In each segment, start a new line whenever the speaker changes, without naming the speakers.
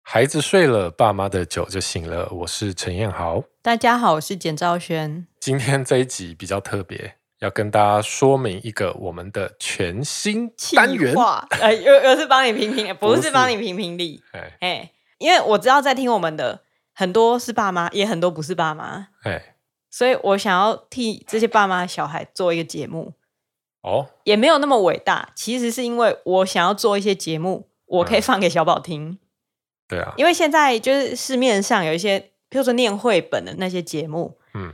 孩子睡了，爸妈的酒就醒了。我是陈彦豪，
大家好，我是简兆轩。
今天这一集比较特别，要跟大家说明一个我们的全新单元
气。话，呃，又又是帮你评评，不是帮你评评理，
哎
哎，因为我知道在听我们的很多是爸妈，也很多不是爸妈，
哎，
所以我想要替这些爸妈的小孩做一个节目，
哦，
也没有那么伟大，其实是因为我想要做一些节目，我可以
嗯
放给小宝听，
对啊，
因为现在就是市面上有一些，比如说念绘本的那些节目，
嗯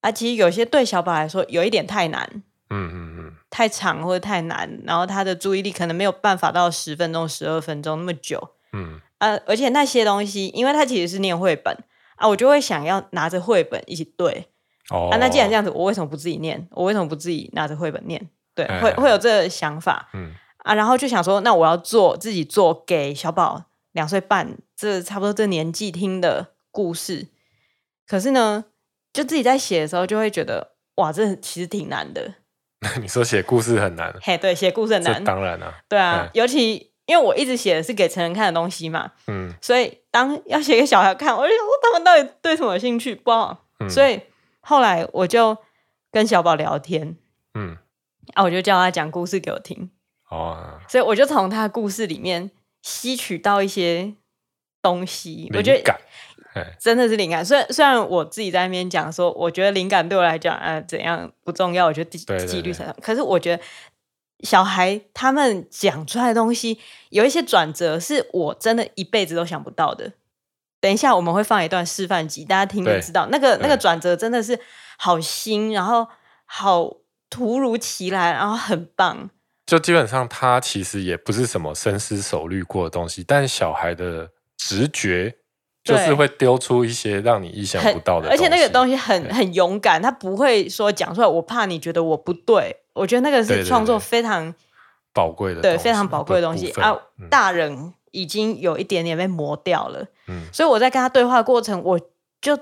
啊，其实有些对小宝来说有一点太难，
嗯嗯嗯，
太长或者太难，然后他的注意力可能没有办法到十分钟、十二分钟那么久。
嗯，
呃，而且那些东西，因为他其实是念绘本啊，我就会想要拿着绘本一起对、
哦，
啊。那既然这样子，我为什么不自己念？我为什么不自己拿着绘本念？对，
哎
会会有这个想法
嗯，
啊。然后就想说，那我要做自己做给小宝两岁半这差不多这年纪听的故事。可是呢，就自己在写的时候，就会觉得哇，这其实挺难的。
你说写故事很难，
嘿，对，写故事很
这
难。
当然啊，
对啊，
嗯
尤其因为我一直写的是给成人看的东西嘛，
嗯
所以当要写给小孩看，我就想说他们到底对什么有兴趣，不知道。
嗯，
所
以
以后来我就跟小宝聊天
嗯，
啊，我就叫他讲故事给我听，
哦，
所以我就从他的故事里面吸取到一些东西，我觉
灵
得
感，哎，
真的是灵感。虽然虽然我自己在那边讲说，我觉得灵感对我来讲，呃，怎样不重要，我觉得
对对
几几率
对
成长。可是我觉得小孩他们讲出来的东西，有一些转折是我真的一辈子都想不到的。等一下我们会放一段示范集，大家听就
对
知道，那个那个
对
转折真的是好新，然后好突如其来，然后很棒。
就基本上他其实也不是什么深思熟虑过的东西，但小孩的直觉就是
对
会丢出一些让你意想
很
不到的
而且那个东
西。
西很
对
很勇敢，他不会说讲出来，我怕你觉得我不对。我觉得那个
对
是
对
创作
对
非常
宝贵的
对
东西
非常宝贵的
的
东西
部分
啊
嗯，
大人已经有一点点被磨掉了，
嗯
所以我在跟他对话过程，我就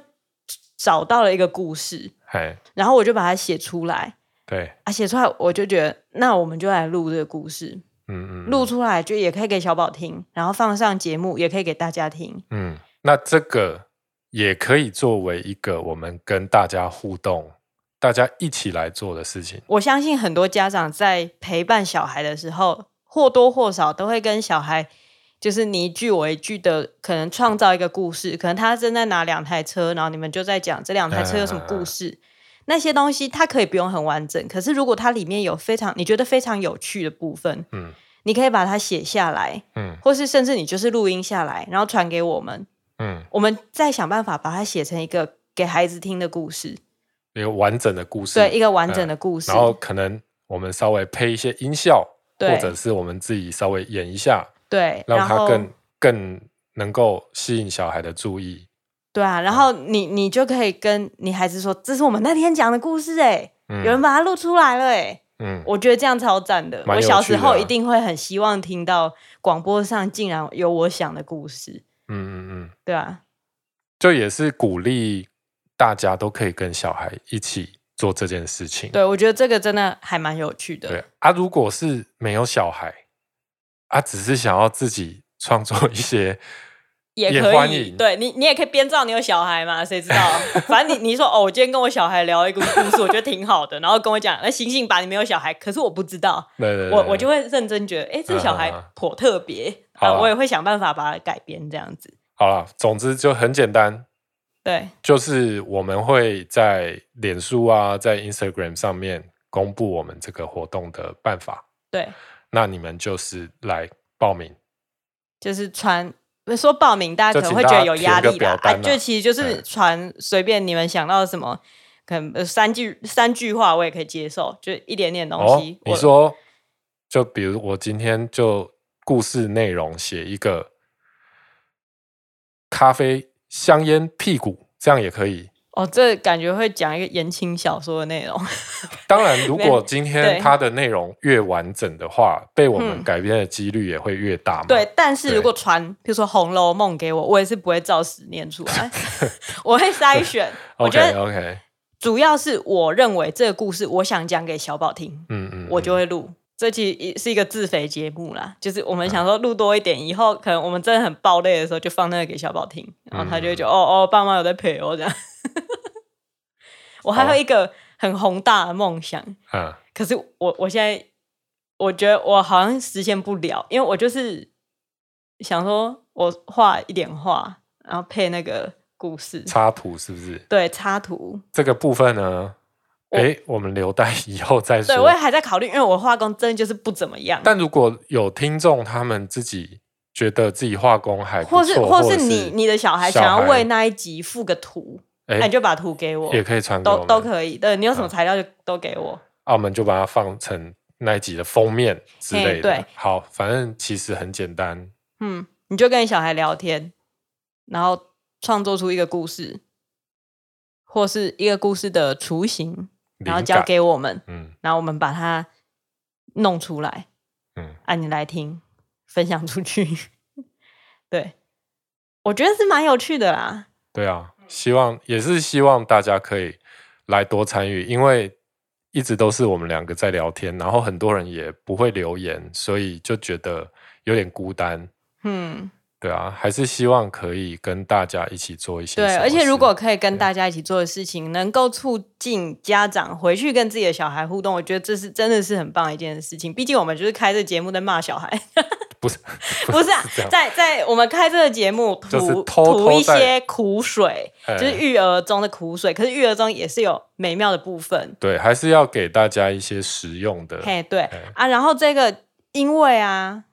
找到了一个故事，
哎，
然后我就把它写出来
对，
啊，写出来我就觉得，那我们就来录这个故事，
嗯嗯，
录出来就也可以给小宝听，然后放上节目也可以给大家听，
嗯，那这个也可以作为一个我们跟大家互动，大家一起来做的事情。
我相信很多家长在陪伴小孩的时候，或多或少都会跟小孩，就是你一句我一句的，可能创造一个故事。可能他正在拿两台车，然后你们就在讲这两台车有什么
哎
故事。那些东西它可以不用很完整，可是如果它里面有非常你觉得非常有趣的部分，
嗯
你可以把它写下来，
嗯
或是甚至你就是录音下来，然后传给我们，
嗯，
我们再想办法把它写成一个给孩子听的故事，
一个完整的故事，
对，一个完整的故事。
哎然后可能我们稍微配一些音效，
对
或者是我们自己稍微演一下，
对，
让
然
它
后
更更能够吸引小孩的注意。嗯
对啊，然后你你就可以跟你孩子说，这是我们那天讲的故事哎、
嗯
有人把它录出来了哎、
嗯，
我觉得这样超赞的。
蛮
我
有
小
趣
时
的
候
啊
一定会很希望听到广播上竟然有我想的故事，
嗯嗯嗯，
对啊，
就也是鼓励大家都可以跟小孩一起做这件事情。
对我觉得这个真的还蛮有趣
对
的。
啊，如果是没有小孩啊，只是想要自己创作一些，
也
也
可
欢
以，
迎
对你，你也可以编造你有小孩 嘛，谁知道？反正你你说哦，我今天跟我小孩聊一个故事，我觉得挺好的。然后跟我讲，那醒醒吧，你没有小孩，可是我不知道，
对对对
我我就会认真觉得，哎、这个小孩
嗯嗯嗯
颇特别，
好
啊，
啊
我也会想办法把它改编这样子。
好了。总之就很简单，
对
就是我们会在脸书啊，在 Instagram 上面公布我们这个活动的办法，
对，
那你们就是来报名。
就是传说报名，大家
就
可
请
能会
大
觉得
家
有
填
压
个
力
表
啦，啊，
单啊
就其实就是
对
传随便你们想到什么，可能呃三句三句话我也可以接受，就一点点东
哦
西。，
你
我
说，就比如我今天就故事内容写一个咖啡、香烟、屁股，这样也可以。
哦，这感觉会讲一个言情小说的内 容，
嗯当然，如
没有
果今天
对
它的内容越完整的话，被我们
嗯
改编的几率也会越大嘛。
对。但是
对
如果传，比如说《红楼梦》给我，我也是不会照实念出来， 我会筛选。我觉
，OK
得
OK，
主要是我认为这个故事我想讲给小宝听，
嗯嗯，
我
嗯
就会录。这期一是一个自肥节目啦，就是我们想说录多一点，以后可能我们真的很爆累的时候，就放那个给小宝听，然后他
嗯
就会觉得、哦哦，爸妈有在陪我这样。 我还
好
有一个很宏大的梦想，
嗯
可是我我现在我觉得我好像实现不了，因为我就是想说我画一点画，然后配那个故事，
插图是不是？
对插图，
这个部分呢，
我
诶，我们留待以后再
对我也
说。
还在考虑，因为我画工真的就是不怎么样，
但如果有听众他们自己觉得自己画工还不
或是
错，或
或
者
是你你的小孩想要为那一集附个图，那
哎
你，就把图给我，
也可以传给我
都
们，
都可以，对你有什么
嗯
材料就都给我，
啊，我们就把它放成那一集的封面之类的。
嘿对，
好，反正其实很简单。
嗯，你就跟你小孩聊天，然后创作出一个故事，或是一个故事的雏形，然后
灵
交
感
给我们，
嗯
然后我们把它弄出来，
嗯，
啊，你来听，分享出去。 对，我觉得是蛮有趣的啦。
对啊，希望也是希望大家可以来多参与，因为一直都是我们两个在聊天，然后很多人也不会留言，所以就觉得有点孤单。
嗯，
对啊，还是希望可以跟大家一起做一些什么
对，
事。
而且如果可以跟大家一起做的事情，能够促进家长回去跟自己的小孩互动，我觉得这是真的是很棒的一件事情。毕竟我们就是开这节目在骂小孩，
不是
不是啊
这样，
在在我们开这个节目吐
就是偷偷
吐一
在
些苦水，
哎
就是育儿中的苦水。可是育儿中也是有美妙的部分，
对，还是要给大家一些实用的。哎
嘿，对啊。然后这个因为啊，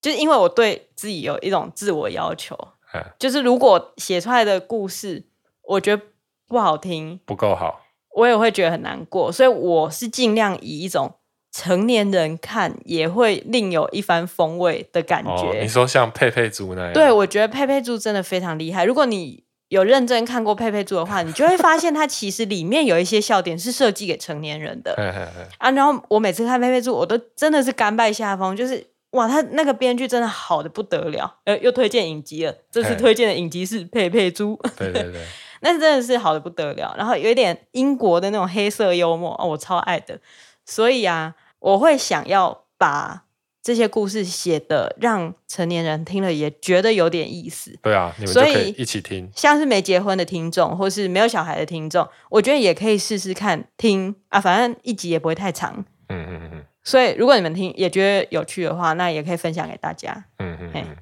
就是因为我对自己有一种自我要求
哎，
就是如果写出来的故事我觉得不好听，
不够好，
我也会觉得很难过，所以我是尽量以一种。成年人看也会另有一番风味的感觉。
哦，你说像佩佩猪那样，
对，我觉得佩佩猪真的非常厉害。如果你有认真看过佩佩猪的话，你就会发现它其实里面有一些笑点是设计给成 年人的
嘿嘿嘿
啊。然后我每次看佩佩猪，我都真的是甘拜下风，就是哇，他那个编剧真的好的不得了。呃，又推荐影集了，这次
嘿
推荐的影集是佩佩猪，
对对对，
那真的是好的不得了。然后有一点英国的那种黑色幽默，哦，我超爱的。所以啊，我会想要把。这些故事写的让成年人听了也觉得有点意思，
对啊，你们就
所
可以
以
一起听，
像是没结婚的听众，或是没有小孩的听众，我觉得也可以试试看听啊，反正一集也不会太长。
嗯嗯嗯
所以，如果你们听也觉得有趣的话，那也可以分享给大家。
嗯嗯
嘿
嗯，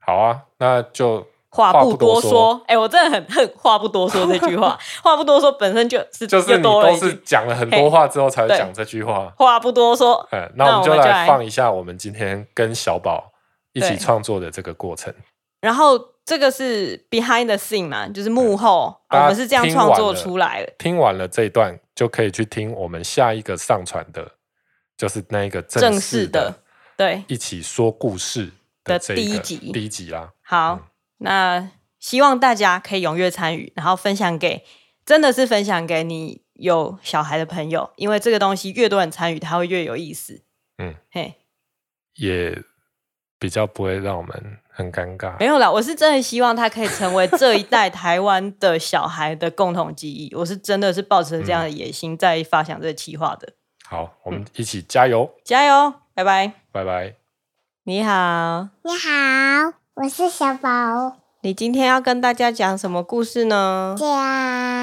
好啊，那就
话
话
不
不多
多
说
说，哎、我真的很恨“话不多说”这 句话。话不多说本身就是
就是
又
你
多了
都
一
是
句。
讲了很多话之后才
对
讲这句话。
话不多说，
嗯，那我们
那我
就
们就
来
来
放一下我们今天跟小宝一起
对
创作的这个过程。
然后这个是 behind the scene 嘛，就是幕后，
大
啊
家
我们是这样
听
创
完
作
了
出来的。
听完了这一段，就可以去听我们下一个上传的，就是那一个
正
式
式的对，
一起说故事
的
这
第
一
一
个
集
第一集啦。
好，那希望大家可以踊跃参与，然后分享给，真的是分享给你有小孩的朋友，因为这个东西越多人参与，它会越有意思。
嗯，
嘿，
也比较不会让我们很尴尬
没。有啦，我是真的希望它可以成为这一代台湾的小孩的共同记忆。我是真的是抱持着这样的野心在发想这个企划的，
好，我们一起加油，
加油，拜拜。
拜拜。
你好，
你好，我是小宝。
你今天要跟大家讲什么故事呢？
讲另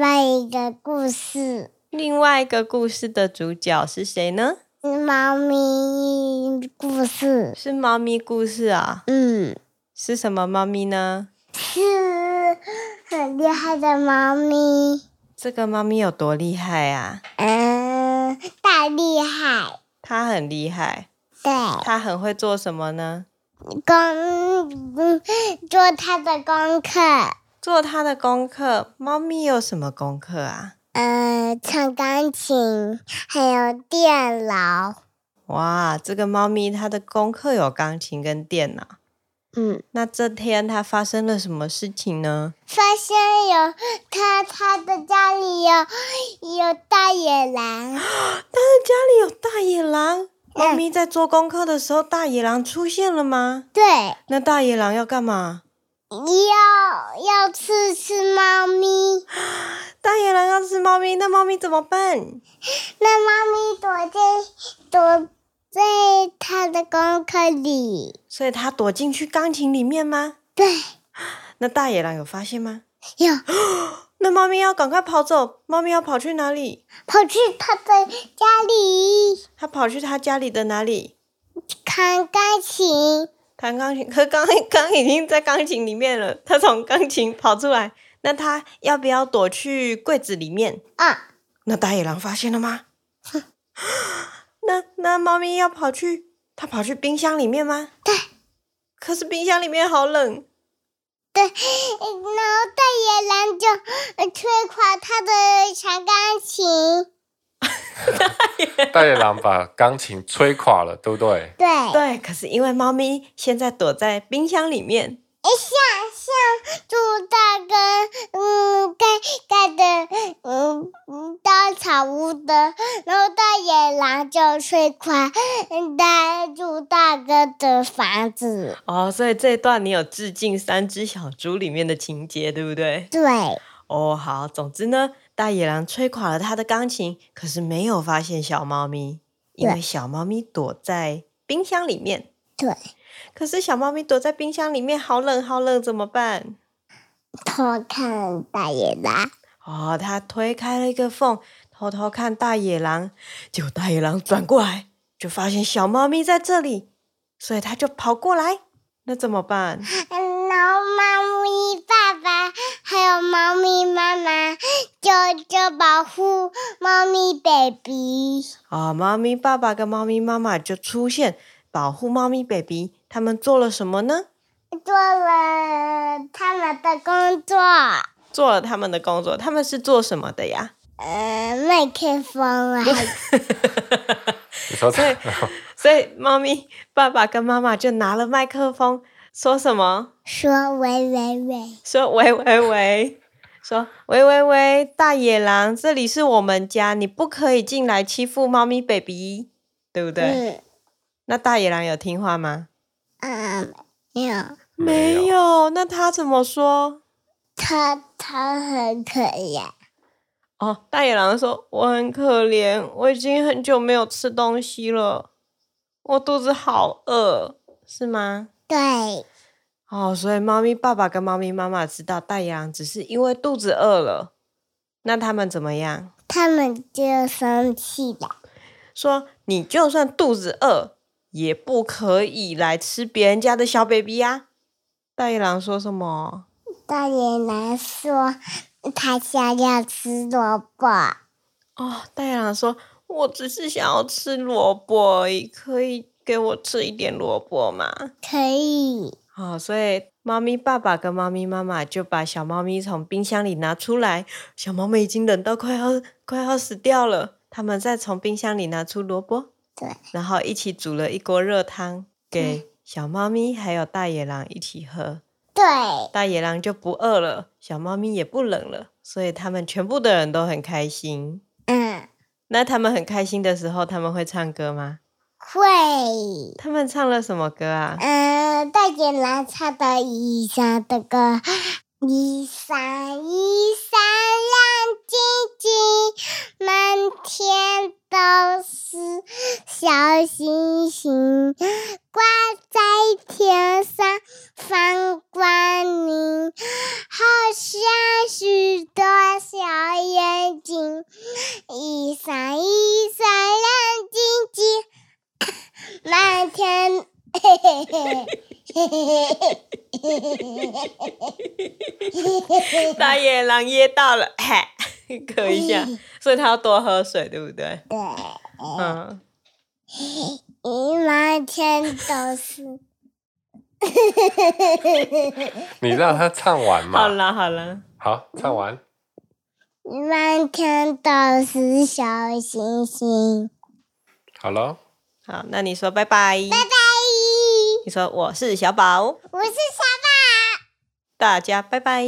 外一个故事，
另外一个故事的主角是谁呢？
是猫咪故事。
是猫咪故事啊。
嗯，
是什么猫咪呢？
是很厉害的猫咪，
这个猫咪有多厉害啊？
嗯，大厉害。
它很厉害，
对，
它很会做什么呢？
功嗯做它的功课，
做它的功课。猫咪有什么功课啊？
呃，唱钢琴，还有电脑，
哇，这个猫咪它的功课有钢琴跟电脑。
嗯。
那这天它发生了什么事情呢？
发现有他他的家里有有大野狼，
它的家里有大野狼。猫
嗯
咪在做功课的时候，大野狼出现了吗？
对，
那大野狼要干嘛？
要要吃吃猫咪，
大野狼要吃猫咪，那猫咪怎么办？
那猫咪躲在躲在它的功课里。
所以它躲进去钢琴里面吗？
对，
那大野狼有发现吗？
有
那猫咪要赶快跑走，猫咪要跑去哪里？
跑去它的家里
它跑去它家里的哪里？
弹钢琴，
弹钢琴， 可刚刚已经在钢琴里面了，它从钢琴跑出来，那它要不要躲去柜子里面？
啊，
那大野狼发现了吗？ 那那猫咪要跑去，它跑去冰箱里面吗？
对。
可是冰箱里面好冷，
然后大野狼就呃推垮它的弹钢琴。
大野狼把钢琴吹垮了，对不对？
对，
对。可是因为猫咪现在躲在冰箱里面，
像猪大跟嗯盖盖的嗯嗯稻草屋的，然后大野狼就睡垮嗯大猪大哥的房子。
哦，所以这一段你有致敬《三只小猪》里面的情节，对不对？
对，
哦，好。总之呢，大野狼吹垮了他的钢琴，可是没有发现小猫咪，因为
对
小猫咪躲在冰箱里面。
对，
可是小猫咪躲在冰箱里面，好冷好冷，怎么办？
偷看大野狼，
哦，他推开了一个缝，偷偷看大野狼。结果大野狼转过来，就发现小猫咪在这里，所以他就跑过来。那怎么办？
嗯然后猫咪爸爸还有猫咪妈妈就就保护猫咪 baby。
啊、猫咪爸爸跟猫咪妈妈就出现，保护猫咪 baby。他们做了什么呢？
做了他们的工作，
做了他们的工作。他们是做什么的呀？
呃，麦克风啊，
你说
所以，所以猫咪爸爸跟妈妈就拿了麦克风，说什么？
说喂喂喂，
说喂喂喂，说喂喂喂，大野狼，这里是我们家，你不可以进来欺负猫咪 baby，对不对？
嗯
那大野狼有听话吗？
嗯，没有，
没有
有，那他怎么说？
他他很可怜，
哦，大野狼说：“我很可怜，我已经很久没有吃东西了，我肚子好饿，是吗？”
对
哦，所以猫咪爸爸跟猫咪妈妈知道大野狼只是因为肚子饿了，那他们怎么样？
他们就生气了，
说你就算肚子饿，也不可以来吃别人家的小 baby 呀、大野狼说什么？
大野狼说他想要吃萝卜，
哦，大野狼说，我只是想要吃萝卜而已，可以给我吃一点萝卜吗？
可以，
哦，所以猫咪爸爸跟猫咪妈妈就把小猫咪从冰箱里拿出来，小猫咪已经冷到快要快要死掉了，他们再从冰箱里拿出萝卜，
对，
然后一起煮了一锅热汤
嗯
给小猫咪还有大野狼一起喝，
对
大野狼就不饿了，小猫咪也不冷了，所以他们全部的人都很开心。
嗯，
那他们很开心的时候，他们会唱歌吗？
会，
他们唱了什么歌啊？
嗯，大野狼唱的一闪的歌，一闪一闪亮晶晶，满天都是小星星，挂在天上放光明，好像许多小眼睛，一闪一闪亮晶晶。满天，嘿嘿嘿，嘿嘿嘿，
大野狼噎到了，嘿， 咳一下， 所以他要多喝水，对不对？
对，哦呃
嗯，
满天都是。
你让他唱完嘛？
好啦好啦，
好，唱完。
满天都是小星星，
好了，
好，那你说拜拜，
拜拜！
你说我是小宝，
我是小宝，
大家拜拜。